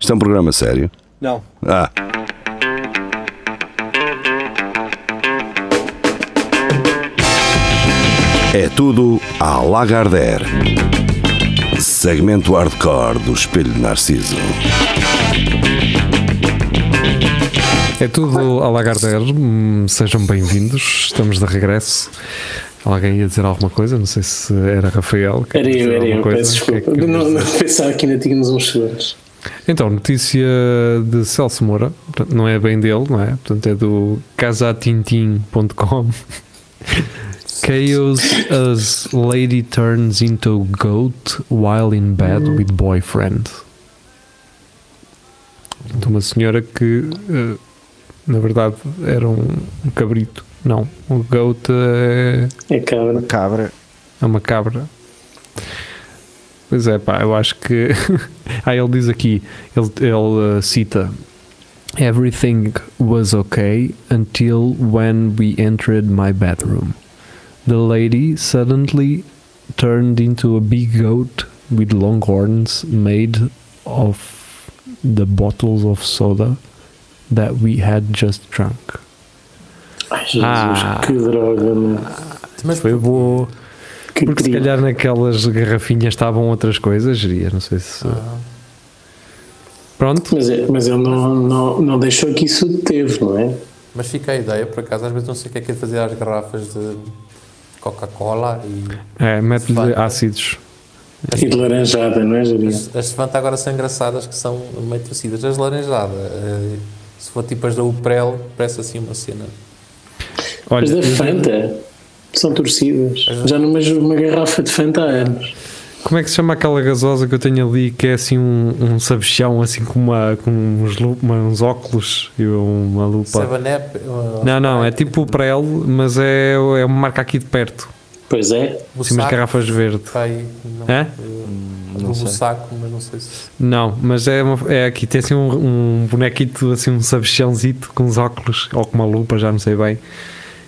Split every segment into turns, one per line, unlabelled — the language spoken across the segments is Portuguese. Isto é um programa sério.
Não.
Ah, é tudo a Lagardère. Segmento hardcore do Espelho de Narciso.
É tudo a Lagardère. Hum, Sejam bem-vindos. Estamos de regresso. Alguém ia dizer alguma coisa? Não sei se era Rafael. que ia
Era eu,
dizer
era
alguma
eu,
coisa.
peço
O que é
desculpa.
que-
De não, não pensar que ainda tínhamos uns segundos.
Então, notícia de Celso Moura, Portanto, não é bem dele, não é? Portanto, é do casatintim.com. Chaos as lady turns into goat while in bed with boyfriend. Portanto, uma senhora que, eh, na verdade, era um, um cabrito. Não, um goat é
É cabra.
Cabra.
é uma cabra. Pois é, pá, eu acho que. ah, ele diz aqui, ele, ele, uh, cita: Everything was okay until when we entered my bedroom. The lady suddenly turned into a big goat with long horns made of the bottles of soda that we had just drunk.
Ai, Jesus,
Ah.
que droga, mano.
Mas foi boa.
Que
Porque se
crime.
calhar naquelas garrafinhas estavam outras coisas, diria, não sei se. Pronto,
Mas, é, mas ele não, não, não deixou que isso teve, não é?
Mas fica a ideia, por acaso, às vezes não sei o que é que é de fazer às garrafas de Coca-Cola e.
é, mete-lhe
Fanta.
ácidos. Assim.
E de laranjada, não é, Jaria?
As, as de Fanta agora são engraçadas que são meio torcidas. As de laranjada, eh, se for tipo as da Uprel, parece assim uma cena.
As
Olha, É.
da Fanta são torcidas. Já não vejo uma garrafa de Fanta há anos.
como é que se chama aquela gasosa que eu tenho ali que é assim um, um sabichão, assim com, uma, com uns, lu- uma- uns óculos e uma lupa?
Seven Up. eh,
Não, não, é tipo o Prel, mas é, é uma marca aqui de perto.
Pois é.
o
Sim, umas
saco,
garrafas verde. É?
está aí, não,
Hã?
eh, o saco, mas não sei se.
Não, mas é, uma- é aqui, tem assim um, um bonequito, assim um sabichãozito com uns óculos ou com uma lupa, já não sei bem.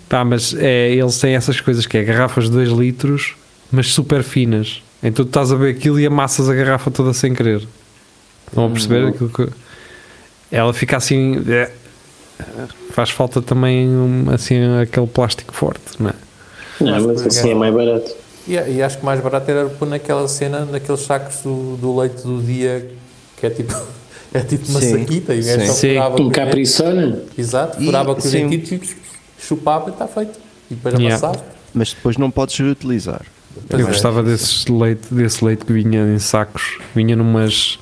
Pá, mas é, eles têm essas coisas que é garrafas de 2 litros, mas super finas. Então tu estás a ver aquilo e amassas a garrafa toda sem querer. Estão a perceber aquilo que. Ela fica assim. é, faz falta também um, assim, aquele plástico forte, não é?
Não, mas assim é mais barato.
E, e acho que mais barato era pôr naquela cena, naqueles sacos do, do leite do dia, que é tipo, é tipo uma
Sim,
saquita, e o gajo
sim.
só
Sim.
furava
Um
com o dente.
capriçona?
Exato,
E-
furava com o
sim.
dentito e chupava e está feito. E depois
Yeah.
amassava.
Mas depois não podes reutilizar.
Pois
eu
é.
gostava desses leite, desse leite que vinha em sacos, vinha numas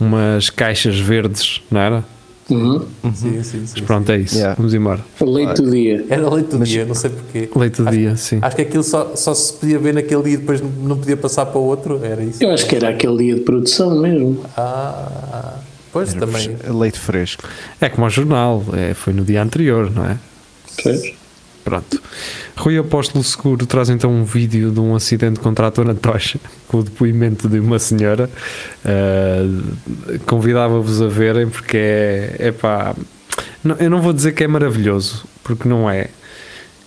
umas caixas verdes, não era?
Uhum.
Sim, sim, sim.
Pronto, é isso.
Yeah.
Vamos embora.
O leite do dia.
Era leite do dia, não sei porquê.
Leite do dia, sim.
Acho que aquilo só, só se podia ver naquele dia e depois não podia passar para o outro. Era isso.
Eu acho que era aquele dia de produção mesmo.
Ah, pois também.
Leite fresco.
É como ao jornal, é, foi no dia anterior, não é?
Pois.
Pronto. Rui Apóstolo Seguro traz então um vídeo de um acidente com trator na tocha, com o depoimento de uma senhora. Ah, Convidava-vos a verem porque é, é pá. não- eu não vou dizer que é maravilhoso, porque não é.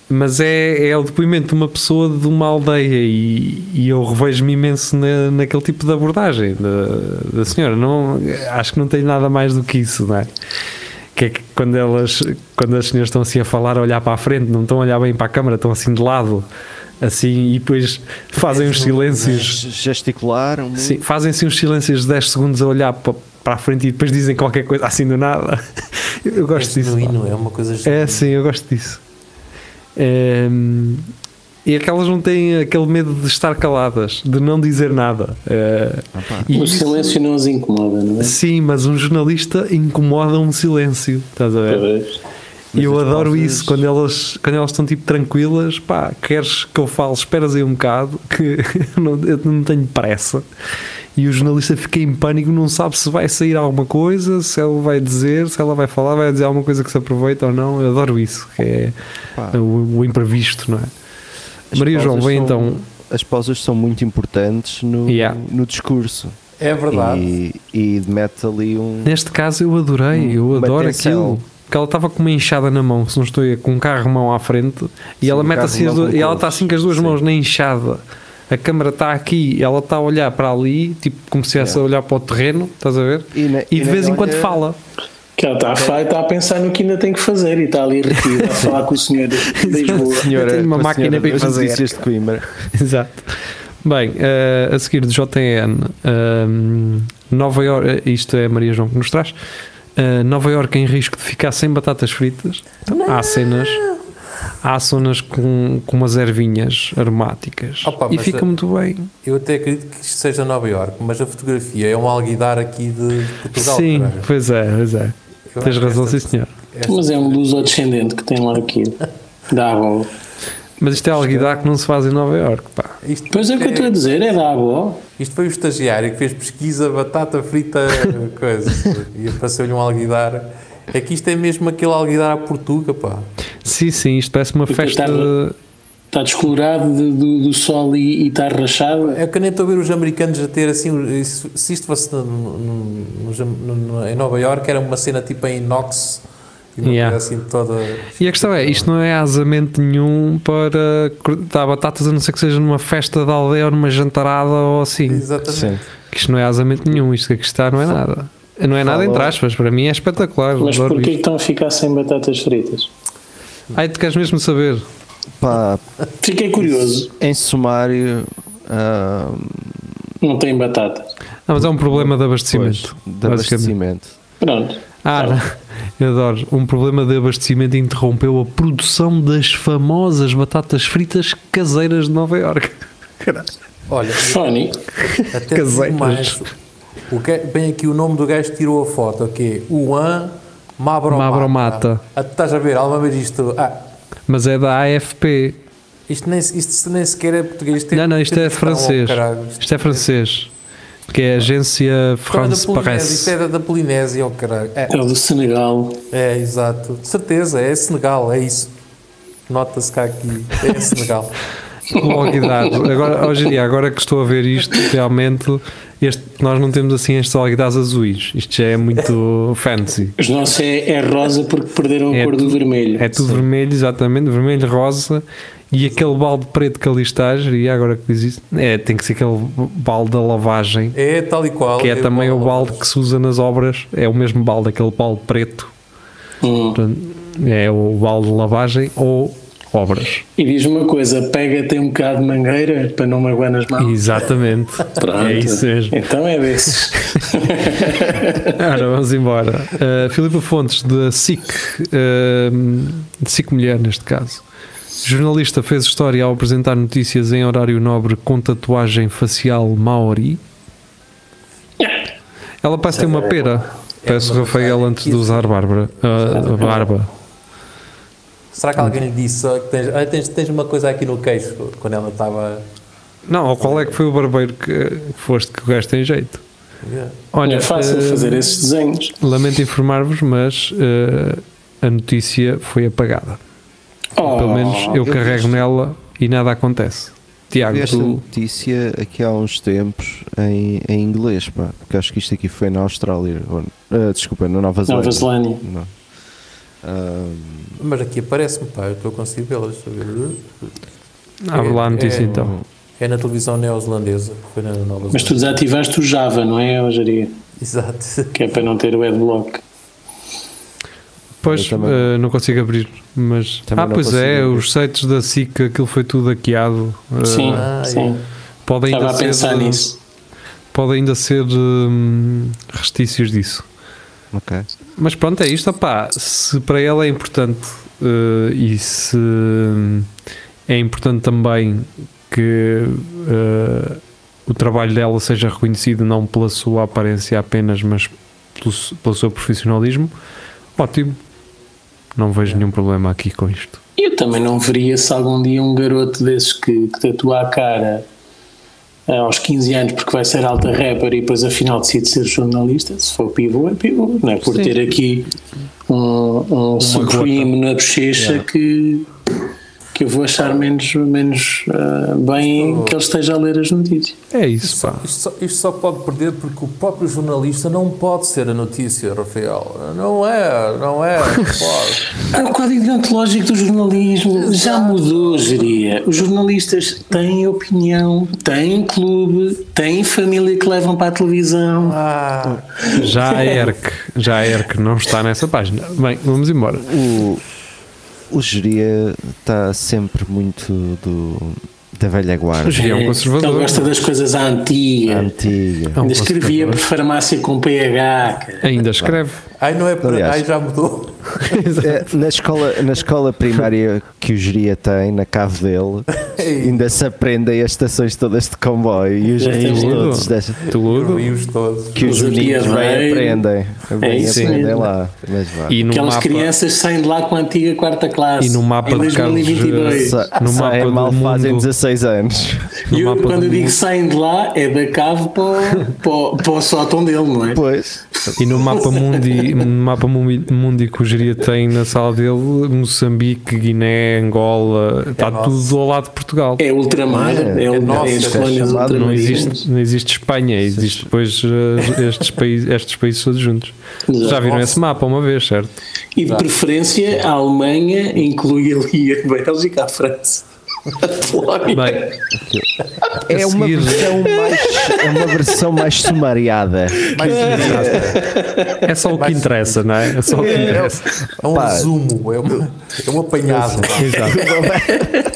Mas é, é o depoimento de uma pessoa de uma aldeia e, e eu revejo-me imenso na, naquele tipo de abordagem da, da senhora. Não, acho que não tem nada mais do que isso, não é? Que é que quando, elas, quando as senhoras estão assim a falar, a olhar para a frente, não estão a olhar bem para a câmara, estão assim de lado, assim, e depois fazem uns silêncios.
Gesticularam. é muito.
Sim, fazem-se uns silêncios de 10 segundos a olhar pa- para a frente e depois dizem qualquer coisa assim do nada. Eu, eu gosto disso. pá.
genuíno, é uma coisa
É,
genuína.
sim, eu gosto disso. Ehm, e aquelas não têm aquele medo de estar caladas, de não dizer nada. Eh, e
O
isso-
silêncio não os incomoda, não é?
sim, mas um jornalista incomoda um silêncio, estás a ver?
Talvez.
E eu
Mas as
adoro
pausas-
isso, quando elas, quando elas estão tipo tranquilas, pá, queres que eu fale, esperas aí um bocado, que eu não, eu não tenho pressa. E o jornalista fica em pânico, não sabe se vai sair alguma coisa, se ele vai dizer, se ela vai falar, vai dizer alguma coisa que se aproveita ou não. Eu adoro isso, que é
Pá.
o, o imprevisto, não é?
As
Maria João,
pausas
vem
são-
então.
As pausas são muito importantes no,
Yeah.
no discurso.
É verdade.
E, e mete ali um.
Neste caso eu
Hum,
adorei, eu
uma
adoro
tensão.
aquilo. Que ela estava com uma enxada na mão, se não estou eu, com um carro mão à frente, e
Sim,
ela
um
mete
carro
assim as
mão
duas,
com
e ela
colos.
está assim com as duas
Sim.
mãos na enxada a câmara está aqui, ela está a olhar para ali, tipo, como se estivesse a olhar para o terreno, estás a ver?
E na-
E,
e
de vez em
naquela-
quando fala.
Que ela está a falar e está a pensar no que ainda tem que fazer e está ali retida a falar com o senhor de de Lisboa.
Eu tenho uma
com a
máquina
senhora
para ir
das
fazer.
notícias de Coimbra.
Exato. Bem, eh, a seguir de JN, ehm, Nova York, isto é a Maria João que nos traz. eh, Nova York em risco de ficar sem batatas fritas. Então, há cenas, há zonas com, com umas ervinhas aromáticas
Opa,
e
mas eh,
fica
a-
muito bem.
Eu até acredito que isto seja Nova Iorque, mas a fotografia é um alguidar aqui de Portugal.
sim,
caralho.
pois é, pois é.
Eu
Tens
acho
razão,
esta-
sim senhor.
esta-
Mas é um luso-descendente que tem lá aquilo. Da avó.
Mas isto é alguidar que não se faz em Nova York, pá.
isto,
Pois é o que eu estou a dizer, é da avó.
isto foi o estagiário que fez pesquisa, batata frita, coisa. E apareceu-lhe um alguidar. É que isto é mesmo aquele alguidar à portuga, pá.
Sim, sim, isto parece uma
Porque
festa.
estava- Está descolorado de- do, do sol e e está rachado.
É que eu nem estou a ver os americanos a ter assim. isso- Se isto fosse no- no- nos am- no- no- em Nova Iorque, era uma cena tipo em inox e uma
Yeah.
coisa assim toda.
E a questão é, isto não é asamento nenhum para cortar batatas, a não ser que seja numa festa da aldeia ou numa jantarada ou assim.
Exatamente.
Sim.
Que isto não é asamento nenhum, isto que aqui está não é nada. Não é nada entre aspas, para mim é espetacular.
Mas
adoro
porquê que
isto.
estão a ficar sem batatas fritas?
Ai, tu queres mesmo saber?
Pá,
Fiquei curioso.
em sumário, ah,
Não tem batatas.
Não, mas é um problema de
pois,
abastecimento.
de
basicamente.
abastecimento.
Pronto.
Ah, não. eu adoro. Um problema de abastecimento interrompeu a produção das famosas batatas fritas caseiras de Nova Iorque.
Olha,
Fone.
Até
Caseiros.
digo mais. O que, bem aqui o nome do gajo que tirou a foto, que é Juan Mabromata.
Mabromata.
Ah, tu estás a ver, alguma vez isto. Ah,
Mas é da AFP.
isto nem, se- isto nem sequer é português. Isto
Não, não, isto é
isto está um
francês.
caralho.
Isto é francês. Que é a agência
Isto é da
France
Polinésia, isto
Presse.
é da Polinésia, oh caralho. É,
É o do Senegal.
é, exato. De certeza, é Senegal, é isso. Nota-se cá aqui, é Senegal.
Logo idade. Agora, hoje em dia, agora que estou a ver isto, realmente, este, nós não temos assim estes alguidares azuis. Isto já é muito fancy.
Os nossos é, é rosa porque perderam a
É
cor do
tudo-
vermelho.
É tudo vermelho, exatamente, vermelho, rosa e aquele balde preto que ali está, e agora que diz isso, é, tem que ser aquele balde da lavagem,
É tal e qual.
que é
eu
também o
vou-
balde que se usa nas obras, é o mesmo balde, aquele balde preto,
Hum.
Portanto, é o balde de lavagem ou obras.
E diz-me uma coisa: pega-te um bocado de mangueira para não magoar nas mãos.
Exatamente.
Pronto.
É isso mesmo.
Então é desses.
Ora, vamos embora. Uh, Filipe Fontes, da SIC, uh, de SIC Mulher, neste caso. Jornalista fez história ao apresentar notícias em horário nobre com tatuagem facial Maori. Ela parece ter uma pera. Parece o Rafael antes de usar Bárbara. Uh, barba.
Será que
Hum.
alguém lhe disse "Oh, que tens, ah, tens, tens uma coisa aqui no queixo quando ela estava.
Não, ou qual é que foi o barbeiro que que foste que o gajo tem jeito? Olha,
é fácil
uh,
fazer esses desenhos.
Lamento informar-vos, mas eh, a notícia foi apagada.
Oh,
Pelo menos eu,
eu
carrego nela e nada acontece. Tiago,
Vi esta
tu,
notícia aqui há uns tempos em, em inglês, pá, porque acho que isto aqui foi na Austrália, ou, ah, desculpa, na Nova Zelândia.
Nova Zelândia.
Não. Ah, Ahm,
Mas aqui aparece-me, pá, eu estou a conseguir vê-las. a ver.
abre lá a notícia
é-
então.
É na televisão neozelandesa, foi na Nova
Mas tu
Zelândia.
desativaste o Java, não é, Algeria?
Exato.
Que é para não ter o adblock.
Pois,
Eu também-
eh, não consigo abrir, mas...
Também
ah,
não
pois é,
consigo abrir.
os sites da SIC, aquilo foi tudo hackeado. Eh,
Sim,
ah,
sim.
Pode ainda
Estava a
ser,
pensar nisso.
Pode ainda ser hum, restícios disso.
ok.
Mas pronto, é isto. Opá, se para ela é importante eh, e se é importante também que eh, o trabalho dela seja reconhecido não pela sua aparência apenas, mas pelo, su- pelo seu profissionalismo, ótimo. Não vejo nenhum problema aqui com isto.
Eu também não veria se algum dia um garoto desses que, que tatua a cara eh, aos 15 anos porque vai ser alta rapper e depois afinal decide ser jornalista, se for pivô é pivô, não é? Por
Sim.
ter aqui um, um Supreme na bochecha que que eu vou achar menos, menos ah, bem que ele esteja a ler as notícias.
É isso, pá.
Isto só, isto só pode perder porque o próprio jornalista não pode ser a notícia, Rafael. Não é, não é, não pode.
Ah, O código deontológico do jornalismo já mudou, geria. Os jornalistas têm opinião, têm clube, têm família que levam para a televisão.
Ah,
Já a ERC, já a ERC não está nessa página. Bem, vamos embora.
O, o geria está sempre muito do, da velha
O
guarda.
Giri é um
É,
conservador.
Ele gosta das coisas à antiga.
Antiga.
É um
Ainda escrevia por
conservador.
farmácia com PH. cara.
Ainda escreve.
ai, não é para.
Aliás.
Ai, já mudou.
É, na, escola, na escola primária que o geria tem, na cave dele, ainda se aprendem as estações todas de comboio e
É
os rios
Exatamente.
todos desta-
Tudo.
Rios todos.
que os
Os
meninos bem
aviadeiros.
aprendem.
É
Bem
isso
aprendem
mesmo.
lá. Mas vá.
E no
Aquelas
mapa,
crianças saem de lá com a antiga quarta classe.
E no mapa
em
de Carlos
2022.
Sa- no
Só
mapa
é
do
mal fazem
mundo.
16 anos.
no
E eu,
mapa do
quando eu digo
mundo-
saem de lá, é da cave para o, para, o- para o sótão dele, não é?
Pois.
E no mapa mundi, no mapa mumi- mundi que o Geria tem na sala dele, Moçambique, Guiné, Angola, está tudo ao lado de Portugal.
É ultramar, é,
É,
ultra-
nossa,
é as
é
colónias
chamado,
ultramarinas.
Não existe, não existe Espanha, existe depois eh, estes países, estes países todos juntos.
Exato.
Já viram esse mapa uma vez, certo?
E de preferência, a Alemanha inclui ali a Bélgica, a França, a Polónia.
Bem, a
É uma
seguir-
versão mais, é uma versão mais sumariada.
Mais é,
é só o que interessa, não é? É só o que interessa.
é um
Pá.
resumo, é, uma, é um apanhado. pá.
Exato.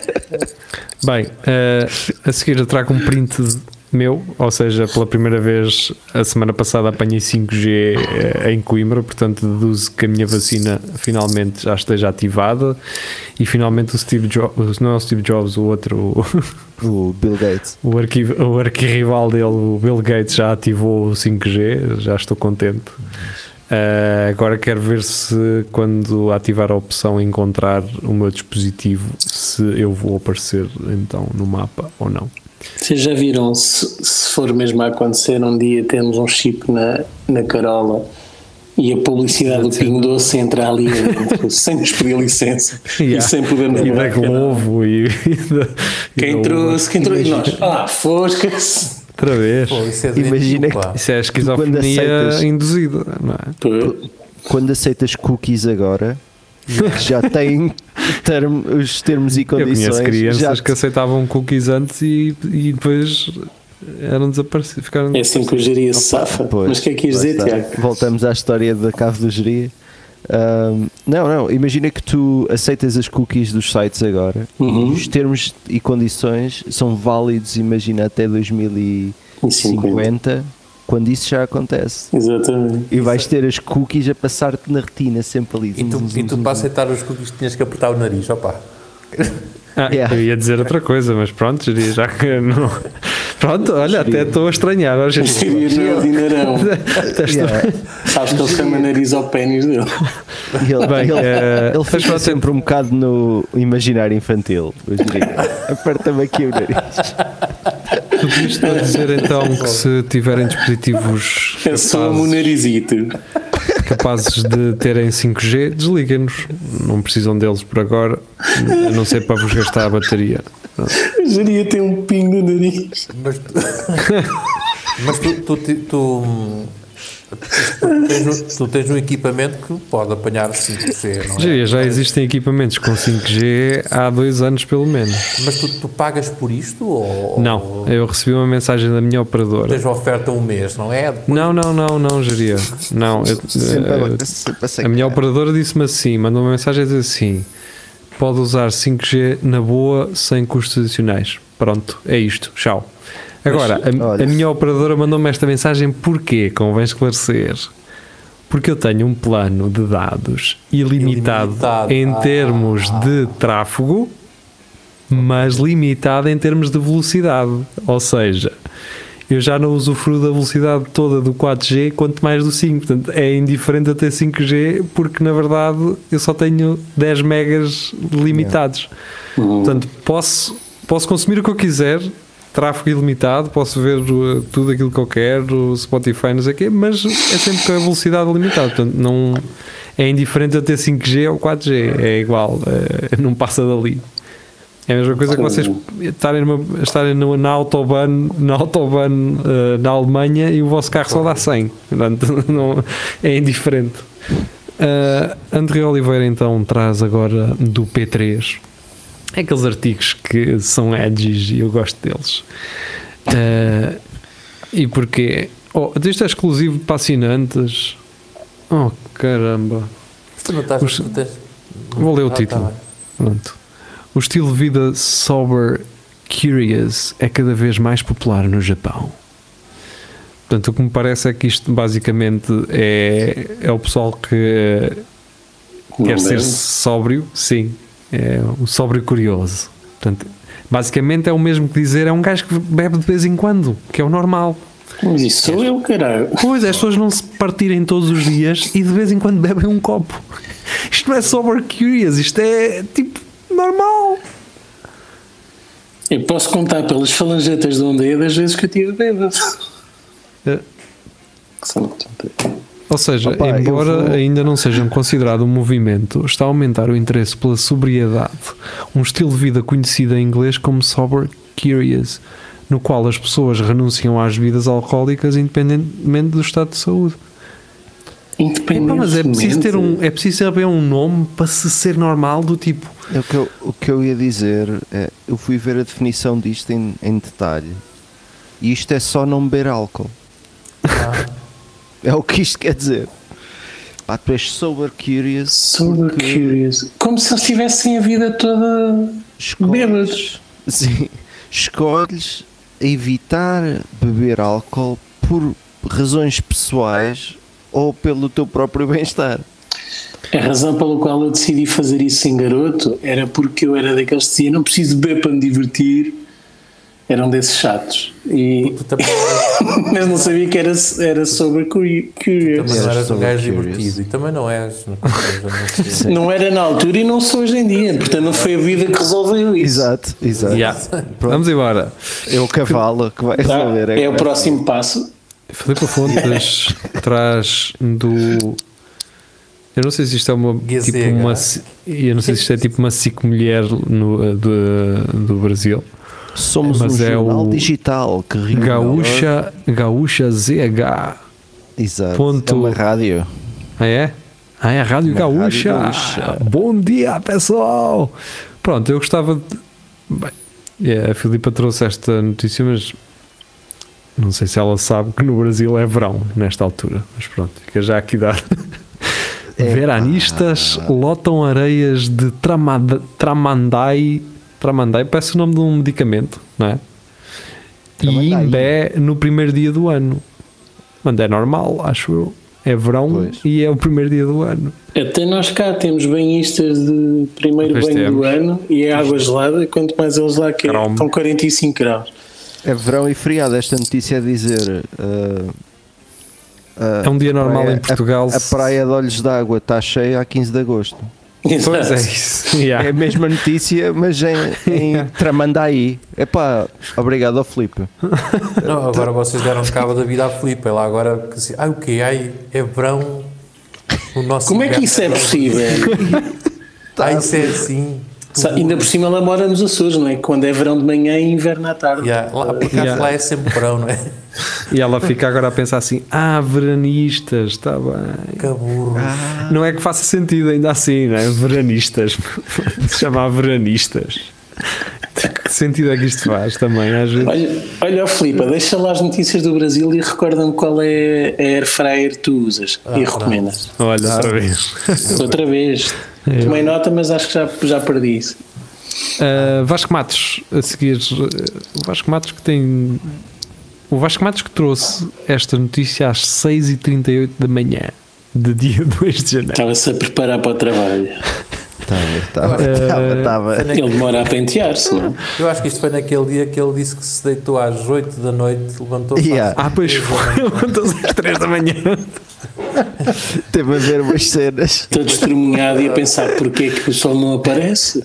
Bem, eh, a seguir eu trago um print de- meu, ou seja, pela primeira vez a semana passada apanhei 5G eh, em Coimbra, portanto deduzo que a minha vacina finalmente já esteja ativada e finalmente o Steve Jobs, não é o Steve Jobs, o outro,
O Bill Gates.
o, arquivo, o arquirrival dele, o Bill Gates, já ativou o 5G, já estou contente. Ah, agora quero ver se quando ativar a opção encontrar o meu dispositivo, se eu vou aparecer então no mapa ou não.
Vocês já viram, se, se for mesmo a acontecer, um dia temos um chip na, na Carola e a publicidade do Pingo Doce entra ali dentro, sem nos pedir licença
Yeah.
e sem poder
E da
namorar.
Globo e, e da. e da
Quem
Uber.
trouxe, quem trouxe? E nós, ah, fosca-se.
Outra vez.
Pô, isso é
Imagina
pá.
Isso é a
quando
esquizofrenia
aceitas-
induzida, não é?
Pô,
Quando aceitas cookies agora, já tem termo- os termos e
Eu
condições.
conheço
já
crianças que aceitavam cookies antes e, e depois eram desaparecidas. Ficaram
É assim que o geria se safa.
Pois,
Mas o que é que ias
lá
dizer,
está.
Tiago?
Voltamos à história da cave do geria. Ahm, não, não, imagina que tu aceitas as cookies dos sites agora
Uhum.
e os termos e condições são válidos, imagina, até 2050, quando isso já acontece.
Exatamente.
E vais ter as cookies a passar-te na retina sempre ali.
E tu, e tu para aceitar os cookies tinhas que apertar o nariz, opá.
Ah,
Yeah.
Eu ia dizer outra coisa, mas pronto, diria, já que não. Pronto, olha, até estou a estranhar. Hoje.
Seria Neo Dinarão.
Yeah.
Sabes que ele chama nariz ao pênis dele.
E ele,
Bem,
ele,
eh,
ele
mas
fica
pronto.
sempre um bocado no imaginário infantil. o geria. Aperta-me aqui o nariz.
Estou a dizer então que se tiverem dispositivos
É só um
capazes,
narizito.
capazes de terem 5G, desliguem-nos. Não precisam deles por agora, a não ser para vos gastar a bateria.
O geria tem um pingo no nariz.
Mas tu. mas tu. tu, ti- tu, tu tens, um- tu tens um equipamento que pode apanhar 5G, não é?
Já, já existem equipamentos com 5G há dois anos pelo menos.
Mas tu, tu pagas por isto ou
Não, eu recebi uma mensagem da minha operadora.
tens oferta um mês, não é?
Não, não, não, não, geria. Não, eu,
é
eh, A minha operadora disse-me assim, mandou uma mensagem a dizer assim: pode usar 5G na boa sem custos adicionais. Pronto, é isto. Tchau. Agora, a- a,
olha.
minha operadora mandou-me esta mensagem porquê? Convém esclarecer. Porque eu tenho um plano de dados ilimitado,
Ilimitado.
em
Ah.
termos de tráfego, mas limitado em termos de velocidade. Ou seja, eu já não usufruo da velocidade toda do 4G, quanto mais do 5. Portanto, é indiferente até 5G, porque na verdade eu só tenho 10 megas limitados. Portanto, posso, posso consumir o que eu quiser, tráfego ilimitado, posso ver uh, tudo aquilo que eu quero, Spotify, não sei o quê, mas é sempre com a velocidade limitada. Portanto, não. É indiferente a ter 5G ou 4G, é igual, eh, não é, passa dali. É a mesma coisa que vocês estarem, numa- estarem numa- na autobahn, na, autobahn eh, na Alemanha e o vosso carro só dá 100. Portanto, não- é indiferente. Ah, André Oliveira então traz agora do P3 é aqueles artigos que são edges e eu gosto deles. Ah, e porquê? Oh, isto é exclusivo para assinantes. Oh, caramba.
Tu não estás.
Os-
tu tens-
Vou ler o
Ah,
título.
tá bem.
Pronto. O estilo de vida sober curious é cada vez mais popular no Japão. Portanto, o que me parece é que isto basicamente é, é o pessoal que eh, quer ser sóbrio, sim, é um sóbrio curioso. Portanto, basicamente é o mesmo que dizer é um gajo que bebe de vez em quando, que é o normal.
Mas isso sou eu, caralho.
Pois, as pessoas não se partirem todos os dias e de vez em quando bebem um copo. Isto não é sober curious, isto é tipo normal.
Eu posso contar pelas falangetas de um dedo as vezes que eu tive bêbado.
É.
Que são portanto,
Ou seja,
Opa, eu
embora
vou-
ainda não sejam considerado um movimento, está a aumentar o interesse pela sobriedade, um estilo de vida conhecido em inglês como sober curious, no qual as pessoas renunciam às bebidas alcoólicas independentemente do estado de saúde.
Independente.
Epá, mas é preciso ter um, é preciso saber um nome para se ser normal do tipo.
É o, que eu, o que eu ia dizer é, eu fui ver a definição disto em, em detalhe e isto é só não beber álcool.
Ah.
é o que isto quer dizer. Pá, tu és sober curious.
Sober
porque
curious. Como se eles tivessem a vida toda
escolhes-
bêbados.
Sim. Escolhes evitar beber álcool por razões pessoais ou pelo teu próprio bem-estar.
A razão pela qual eu decidi fazer isso em garoto era porque eu era daqueles que dizia não preciso beber para me divertir. Eram desses chatos. E,
Tu também
mas não sabia que era, era sobre curi-
também
curious.
não eras um
Sou
gajo
curious.
divertido. E também não és. Não, és, não,
Não era na altura e não sou hoje em dia. Portanto, não foi a vida que resolveu isso.
Exato, exato. Pronto.
Vamos embora.
É o cavalo que vai
Tá?
resolver.
É o próximo passo.
Filipe Fontes traz do. Eu não sei se isto é uma
Guia
tipo
cega.
uma. ci- Eu não sei se isto é tipo uma SIC mulher no, eh, de- do Brasil.
Somos
Mas
um
é
jornal
o
digital que reúne-
Gaúcha, Gaúcha ZH.
Exato.
ponto-
É uma rádio.
Ah, é? Ah, é a Rádio
Uma Rádio
Gaúcha.
Gaúcha.
Bom dia, pessoal! Pronto, eu gostava de. Bem, é, a Filipa trouxe esta notícia, mas não sei se ela sabe que no Brasil é verão nesta altura. Mas pronto, fica já aqui dar. Veranistas
Ah.
lotam areias de tramada, Tramandai. Tramandai parece o nome de um medicamento, não é? E
Tramandai.
Imbé no primeiro dia do ano. Quando é normal, acho eu. É verão
Pois.
e é o primeiro dia do ano.
Até nós cá temos banhistas de primeiro
Pois
banho do
temos.
ano e é água gelada. Quanto mais eles lá é, querem,
Caramba.
estão 45 graus.
É verão e feriado. Esta notícia é dizer. uh, uh,
É um dia
a
normal
praia-
em Portugal.
A, a praia de Olhos d'Água está cheia a 15 de agosto.
Pois
Exato.
é isso. Yeah.
É a mesma notícia, mas em, em Tramandaí. Epá, obrigado ao Filipe.
não, agora vocês deram cabo da vida à Filipe. Ela agora. que se- Ah, o quê? Ai, é verão. O nosso
Como é que
inverno
isso é
verão.
possível?
Ah, isso é assim.
Sa- Ainda por cima ela mora nos Açores, não é? Quando é verão de manhã e inverno à tarde.
Yeah, lá, por acaso
Yeah.
lá é sempre verão, não é?
E ela fica agora a pensar assim: ah, veranistas, está bem.
Caburro.
Ah.
Não é que faça sentido ainda assim, não é? Veranistas. Se chama a veranistas. Que sentido é que isto faz também? Às vezes.
Olha, olha oh, Filipe, deixa lá as notícias do Brasil e recorda-me qual é a air fryer que tu usas e recomendas.
Olha, eh, outra vez.
Outra vez. Tomei nota, mas acho que já, já perdi isso.
Uh, Vasco Matos, a seguir, uh, o Vasco Matos que tem. O Vasco Matos que trouxe esta notícia às 6h38 da manhã, de dia 2 de janeiro.
Estava-se a preparar para o trabalho.
Tá, Estava,
Eh,
estava, estava.
Ele demora a pentear-se, não? é?
Eu acho que isto foi naquele dia que ele disse que se deitou às 8 da noite, levantou-se
Yeah.
às
Ah, pois foi, levantou-se às 3 da manhã.
Teve a ver umas cenas.
Todo estremunhado e a pensar porquê é que o sol não aparece.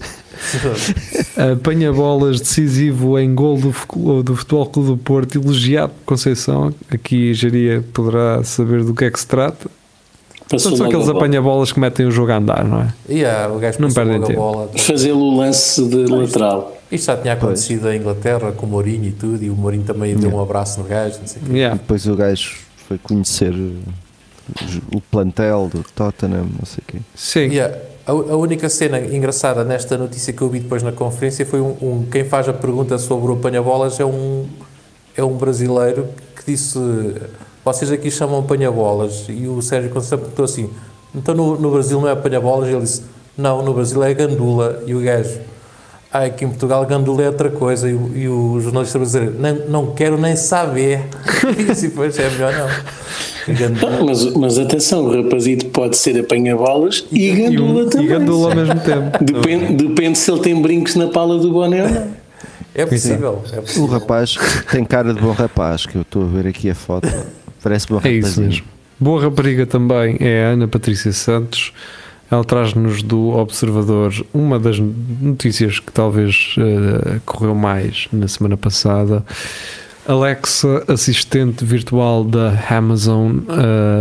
Apanha bolas decisivo em gol do, fu- do Futebol Clube do Porto, elogiado por Conceição. Aqui a Jaria poderá saber do que é que se trata. Portanto, são aqueles apanha-bolas que metem o jogo a andar, não é?
E há, o gajo
Não
passou
perdem
logo a
tempo.
bola. tá.
Fazê-lo o lance de lateral.
Isto já tinha acontecido em Inglaterra com o Mourinho e tudo, e o Mourinho também deu um abraço no gajo, não sei o quê.
Yeah.
Depois o gajo foi conhecer eh, os- o plantel do Tottenham, não sei o quê.
Sim.
Yeah. A, a única cena engraçada nesta notícia que eu vi depois na conferência foi um, um- quem faz a pergunta sobre o apanha-bolas é um, é um brasileiro que disse vocês aqui chamam apanha-bolas e o Sérgio Conceição perguntou assim então no, no Brasil não é apanha-bolas? Ele disse não, no Brasil é gandula e o gajo ah, aqui em Portugal gandula é outra coisa e, o- e o jornalista brasileiro nem, não quero nem saber e disse pois é melhor não gandula
Não, mas, mas atenção, o rapazito pode ser apanha-bolas e, gandula
um-
também.
e gandula ao mesmo tempo.
Depende, depende se ele tem brincos na pala do boné ou não.
é possível, é
O
possível.
rapaz tem cara de bom rapaz, que eu estou a ver aqui a foto. Parece bom
É
rapazinho.
isso mesmo. Boa rapariga também é a Ana Patrícia Santos. Ela traz-nos do Observador uma das notícias que talvez eh, correu mais na semana passada. Alexa, assistente virtual da Amazon,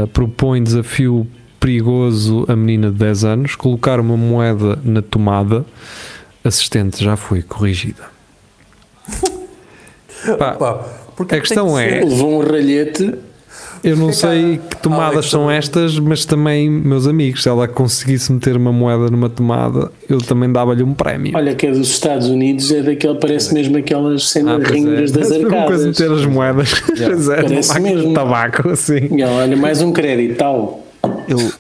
eh, propõe desafio perigoso a menina de 10 anos: colocar uma moeda na tomada. Assistente já foi corrigida. Pá,
Pá, porque
A questão
tem que
é,
ser-
Levou um ralhete.
Eu não
Porque
sei
há-
que
há
tomadas
Alexa
são
também.
estas, mas também, meus amigos, se ela conseguisse meter uma moeda numa tomada, eu também dava-lhe um prémio.
Olha, que é dos Estados Unidos, é daquele, parece mesmo aquelas
Ah,
cenas
pois é.
ringas das
Parece a mesma coisa
arcadas.
meter as moedas. Pois é,
Parece
uma máquina de
mesmo.
tabaco, assim.
E ela, olha, mais um crédito, tal.
Eu,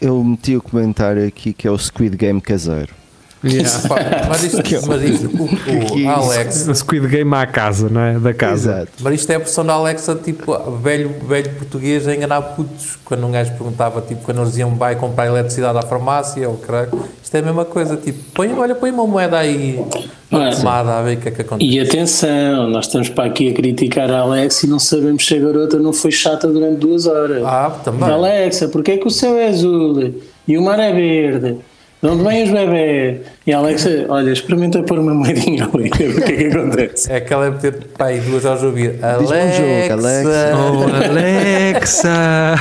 eu meti o comentário aqui que é o Squid Game caseiro.
Yeah.
Pá, mas isto, mas isto, o, o
que é isso?
Alex,
A Squid Game à casa, não é? Da casa.
Exato.
mas isto é a versão da Alexa, tipo, velho, velho português a enganar putos. Quando um gajo perguntava, tipo, quando eles iam vai comprar eletricidade à farmácia, ou crack, isto é a mesma coisa, tipo, põe, olha, põe uma moeda aí na
Ah, sim.
tomada a ver o que é que acontece.
E atenção, nós estamos para aqui a criticar a Alex e não sabemos se a garota não foi chata durante duas horas.
Ah, também.
Alexa, porquê que o céu é azul e o mar é verde? De onde vêm os bebés? E a Alexa, olha, experimenta pôr uma moedinha ali, ver o que é que acontece?
É aquela é meter, pá, aí duas horas a ouvir.
bom jogo,
Alexa,
Alexa.
Oh, Alexa!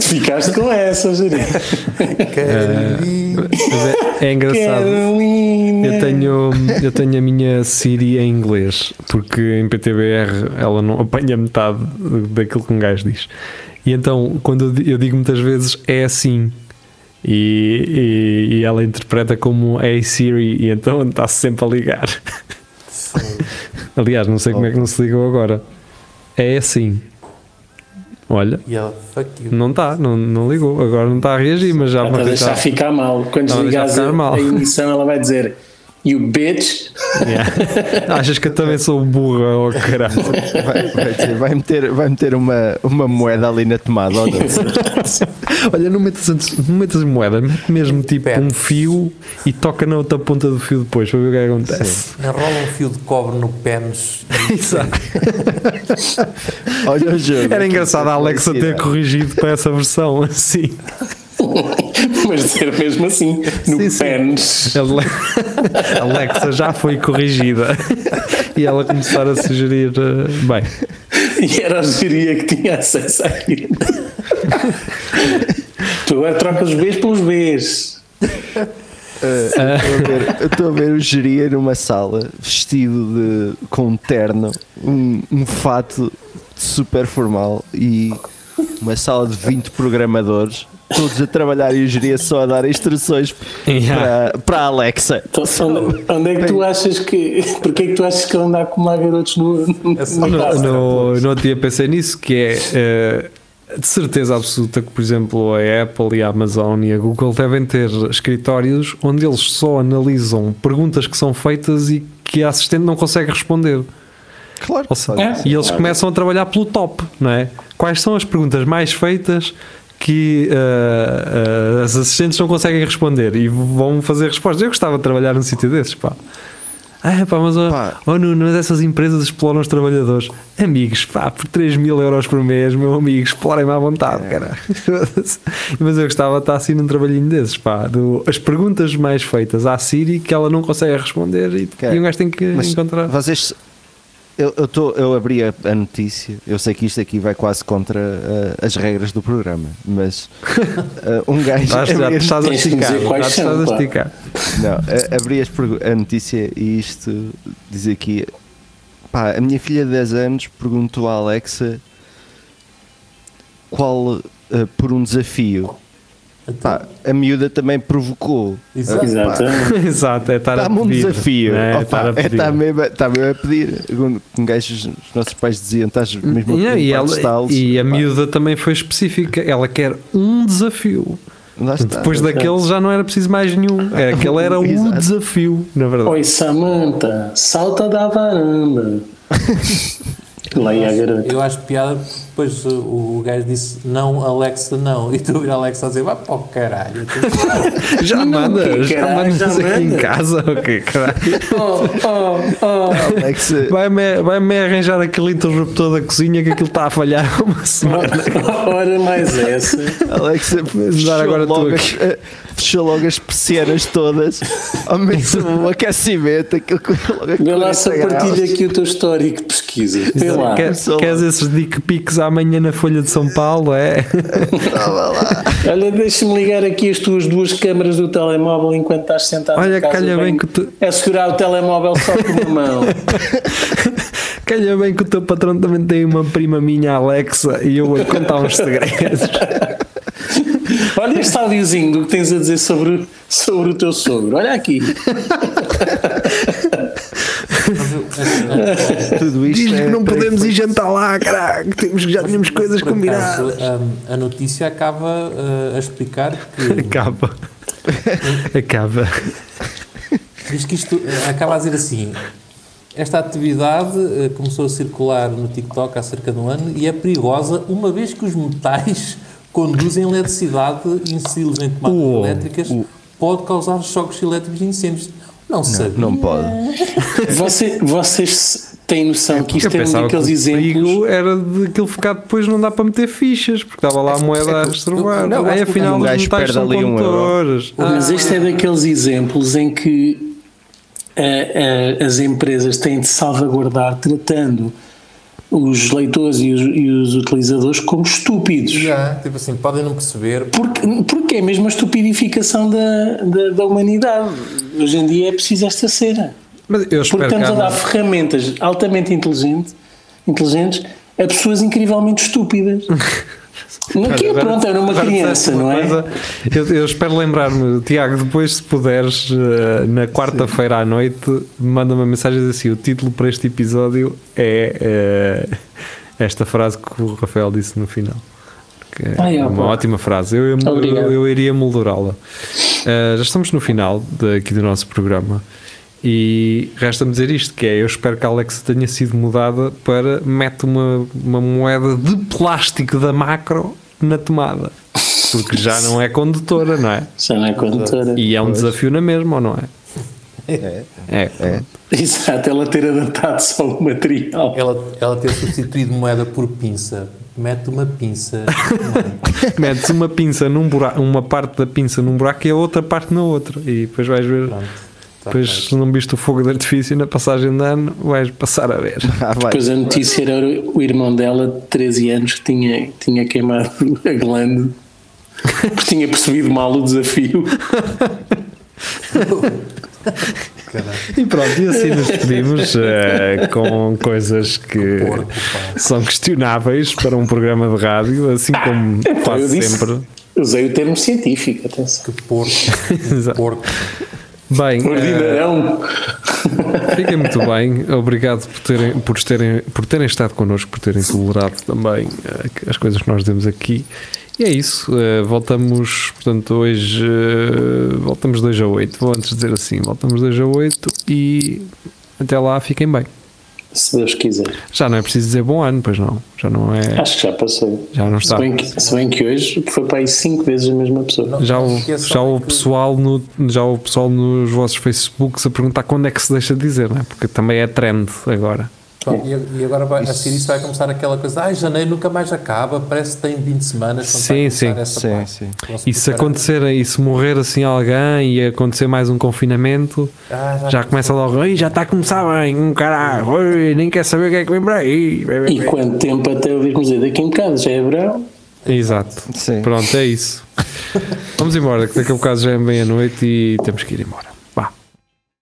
Ficaste com essa, Júlio.
Carolina.
Mas é, é engraçado.
Carolina.
Eu tenho, eu tenho a minha Siri em inglês, porque em PTBR ela não apanha metade daquilo que um gajo diz. E então, quando eu di- eu digo muitas vezes, é assim. E, e- e ela interpreta como Hey Siri, e então está sempre a ligar. Aliás, não sei como é que não se ligou agora. É assim. Olha,
E ela, fuck you.
não está, não, não ligou. Agora não está a reagir, mas já
Para
me
tá deixar ficar mal. Quando
Ela deixa
desligares
ficar
a,
mal.
a emissão, ela vai dizer You bitch.
Yeah. Achas que eu também sou burra ou caralho?
Vai, vai dizer, vai meter, vai meter uma, uma moeda ali na tomada. ou não?
Olha, não metas, antes- não metas moedas, mete mesmo tipo
Pera.
um fio e toca na outra ponta do fio depois para ver o que é que acontece.
Enrola um fio de cobre no pênis
Exato.
Olha o jogo.
Era engraçado a Alexa ter
Felicidade.
corrigido para essa versão assim.
Mas dizer mesmo assim, no
Sim, sim.
pênis.
Ale- Alexa já foi corrigida e ela começar a sugerir. eh, Bem,
E era a geria que tinha acesso àquilo. tu agora trocas os Bs pelos Bs.
Estou a ver- Eh, eu Estou a ver o gerir numa sala vestido de, com um terno, um, um fato super formal e uma sala de 20 programadores, todos a trabalhar e o geria só a dar instruções
Yeah.
para, para a Alexa.
Então, onde, onde é que tu achas que. Porquê é que tu achas que ele anda a acumular garotos no. no-
só-
no-
não-
É no, no, no outro dia pensei nisso, que é eh, de certeza absoluta que, por exemplo, a Apple e a Amazon e a Google devem ter escritórios onde eles só analisam perguntas que são feitas e que a assistente não consegue responder.
Claro
Ou seja,
É.
e eles começam a trabalhar pelo top, não é? Quais são as perguntas mais feitas que eh, eh, as assistentes não conseguem responder e vão fazer respostas? Eu gostava de trabalhar num sítio desses, pá. Ah, pá, mas ó-
Pá.
ó Nuno, mas essas empresas exploram os trabalhadores. Amigos, pá, por 3 mil euros por mês, meu amigo, explorem-me à vontade,
É.
cara. mas eu gostava de estar assim num trabalhinho desses, pá. do- as perguntas mais feitas à Siri que ela não consegue responder e,
Cara,
e um gajo tem que
Mas
encontrar.
vocês Eu, eu, tô, eu abri a, a notícia. Eu sei que isto aqui vai quase contra ah, as regras do programa, mas ah, um gajo.
Estás, Tá, já te
abri a
estás a
notícia-
Tens de
esticar.
dizer
Já
quais
te estás
são,
a
pá.
esticar.
Não, a- abri as pergu- a notícia e isto diz aqui: pá, a minha filha de 10 anos perguntou à Alexa qual, eh, por um desafio, pá, a miúda também provocou.
Exato.
Exatamente.
Exato, é estar a
Está-me um
pedir.
desafio,
né?
Opa,
estar a
é
pedir.
está mesmo, a- está mesmo a pedir. Quando- Com gajos, os nossos pais diziam: estás mesmo a
E,
pedir
e,
para
ela,
testá-los."
e a
um Pá,
miúda também foi específica. Ela quer um desafio.
lá está.
Depois daquele já não era preciso mais nenhum. É, Aquele era o
Exato.
desafio, na verdade.
Oi, Samanta, salta da varanda. Lá ia a garota.
Eu acho piada, porque depois uh, o gajo disse não, Alexa, não. E tu vira Alexa a dizer, vá para o caralho.
Já mandas, já
caralho,
mandas
já
aqui em
mandas.
casa. Ok, caralho.
Oh, oh, oh.
Alexa,
Vai-me vai-me arranjar aquele interruptor da cozinha que aquilo está a falhar há uma semana.
Ora mais essa.
Alexa fechou,
agora tu
logo
aqui.
as, eh, fechou logo as persianas todas, ao mesmo o aquecimento, aquilo é que logo a
Vê lá se
40 graus.
partilha aqui o teu histórico de pesquisa. Vê lá.
Quer-
Sei lá.
queres esses dick pics amanhã na Folha de São Paulo? É?
Olha, deixa-me ligar aqui as tuas duas câmaras do telemóvel enquanto estás sentado
Olha,
em casa.
calha
Eu
bem
venho
que tu-
Assegurar o telemóvel só com uma mão.
Calha bem que o teu patrão também tem uma prima minha, Alexa, e eu vou contar uns segredos.
Olha este audiozinho do que tens a dizer sobre, sobre o teu sogro. Olha aqui.
Tudo isto
Diz-lhe
é
que não
para
podemos ir
efeitos-
jantar lá, caraca, temos, já tínhamos coisas
Por acaso,
combinadas.
um, a notícia acaba uh, a explicar que
Acaba. Acaba.
Diz que isto eh, acaba a dizer assim: esta atividade eh, começou a circular no TikTok há cerca de um ano e é perigosa, uma vez que os metais conduzem eletricidade e inseridos em tomadas
Uou.
elétricas pode causar choques elétricos e incêndios. Não, sabia.
Não pode.
Você- vocês têm noção que
Eu
isto é um
pensava que
daqueles
o perigo
exemplos.
era de aquilo ficar depois não dá para meter fichas, porque estava
É
lá a moeda a estrovar.
eu- eu
Aí
acho que
afinal
um
os
gajo
metais
perde
são
ali um euro.
condutores.
Mas este é daqueles exemplos em que eh, eh, as empresas têm de salvaguardar tratando os leitores e os, e os utilizadores como estúpidos.
Já, tipo assim, podem não perceber.
Porque, porque é mesmo a estupidificação da, da, da humanidade. Hoje em dia é preciso esta cena.
Mas eu
Porque
espero que
estamos a dar
há-
ferramentas altamente inteligente, inteligentes a pessoas incrivelmente estúpidas. não que é
Agora-
pronto, era uma
agora disseste
criança,
uma
não é?
coisa, eu, eu espero lembrar-me, Tiago, depois se puderes, eh, na quarta-feira à noite, manda-me uma mensagem a dizer assim: o título para este episódio é eh, esta frase que o Rafael disse no final. Que é
Ai,
uma
opa.
ótima frase. Eu, eu,
Obrigado.
eu iria moldurá-la. Eh, já estamos no final daqui do nosso programa. E resta-me dizer isto: que é, eu espero que a Alexa tenha sido mudada para mete uma, uma moeda de plástico da macro na tomada. Porque já não é condutora, não é?
Já não é condutora.
E é um desafio na mesma, ou não é? É. É.
Exato, ela ter adaptado só o material.
Ela, ela ter substituído moeda por pinça. Mete uma pinça.
Metes uma pinça num buraco, uma parte da pinça num buraco e a outra parte na outra. E depois vais ver. Depois, se não viste o fogo de artifício na passagem de ano, vais passar a ver.
Ah, vai.
Depois a notícia era o irmão dela de 13 anos que tinha, tinha queimado a glande porque tinha percebido mal o desafio.
E pronto, e assim nos pedimos eh, com coisas que
Porco,
são questionáveis para um programa de rádio, assim como
Eu
faço
disse-
sempre.
Usei o termo científico, atenção.
Que porco.
Exato.
porco.
Bem, eh,
Ordinarão.
Fiquem muito bem, obrigado por terem, por, terem, por terem estado connosco, por terem tolerado também eh, as coisas que nós demos aqui. E é isso, eh, voltamos, portanto, hoje eh, voltamos 2 a 8. Vou antes dizer assim: voltamos 2 a 8 e até lá fiquem bem.
Se Deus quiser.
Já não é preciso dizer bom ano, pois não, já não é,
Acho que já passou.
já não
Se
está.
bem, que, se bem que hoje foi para aí 5 vezes a mesma pessoa.
Já
Não
o,
esqueçam
já o
que-
pessoal no, já o pessoal nos vossos Facebooks a perguntar quando é que se deixa de dizer, não é? Porque também é trend agora.
Pronto, e, e agora vai, a seguir isso vai começar aquela coisa, ai, janeiro nunca mais acaba, parece que tem 20 semanas quando vai
Sim,
começar
sim.
essa
Sim,
parte.
sim.
Não se
E se
prepara-
acontecer, e se morrer assim alguém e acontecer mais um confinamento,
Ah, já
já começa logo, "Ih, já está a começar bem, um caralho, ui, nem quer saber o que é que vem para aí. Vai, vai,
E
vai."
quanto tempo até ouvirmos dizer daqui em casa já é verão?
Exato.
Sim.
Pronto, é isso. Vamos embora, que daqui a bocado já é meia-noite e temos que ir embora.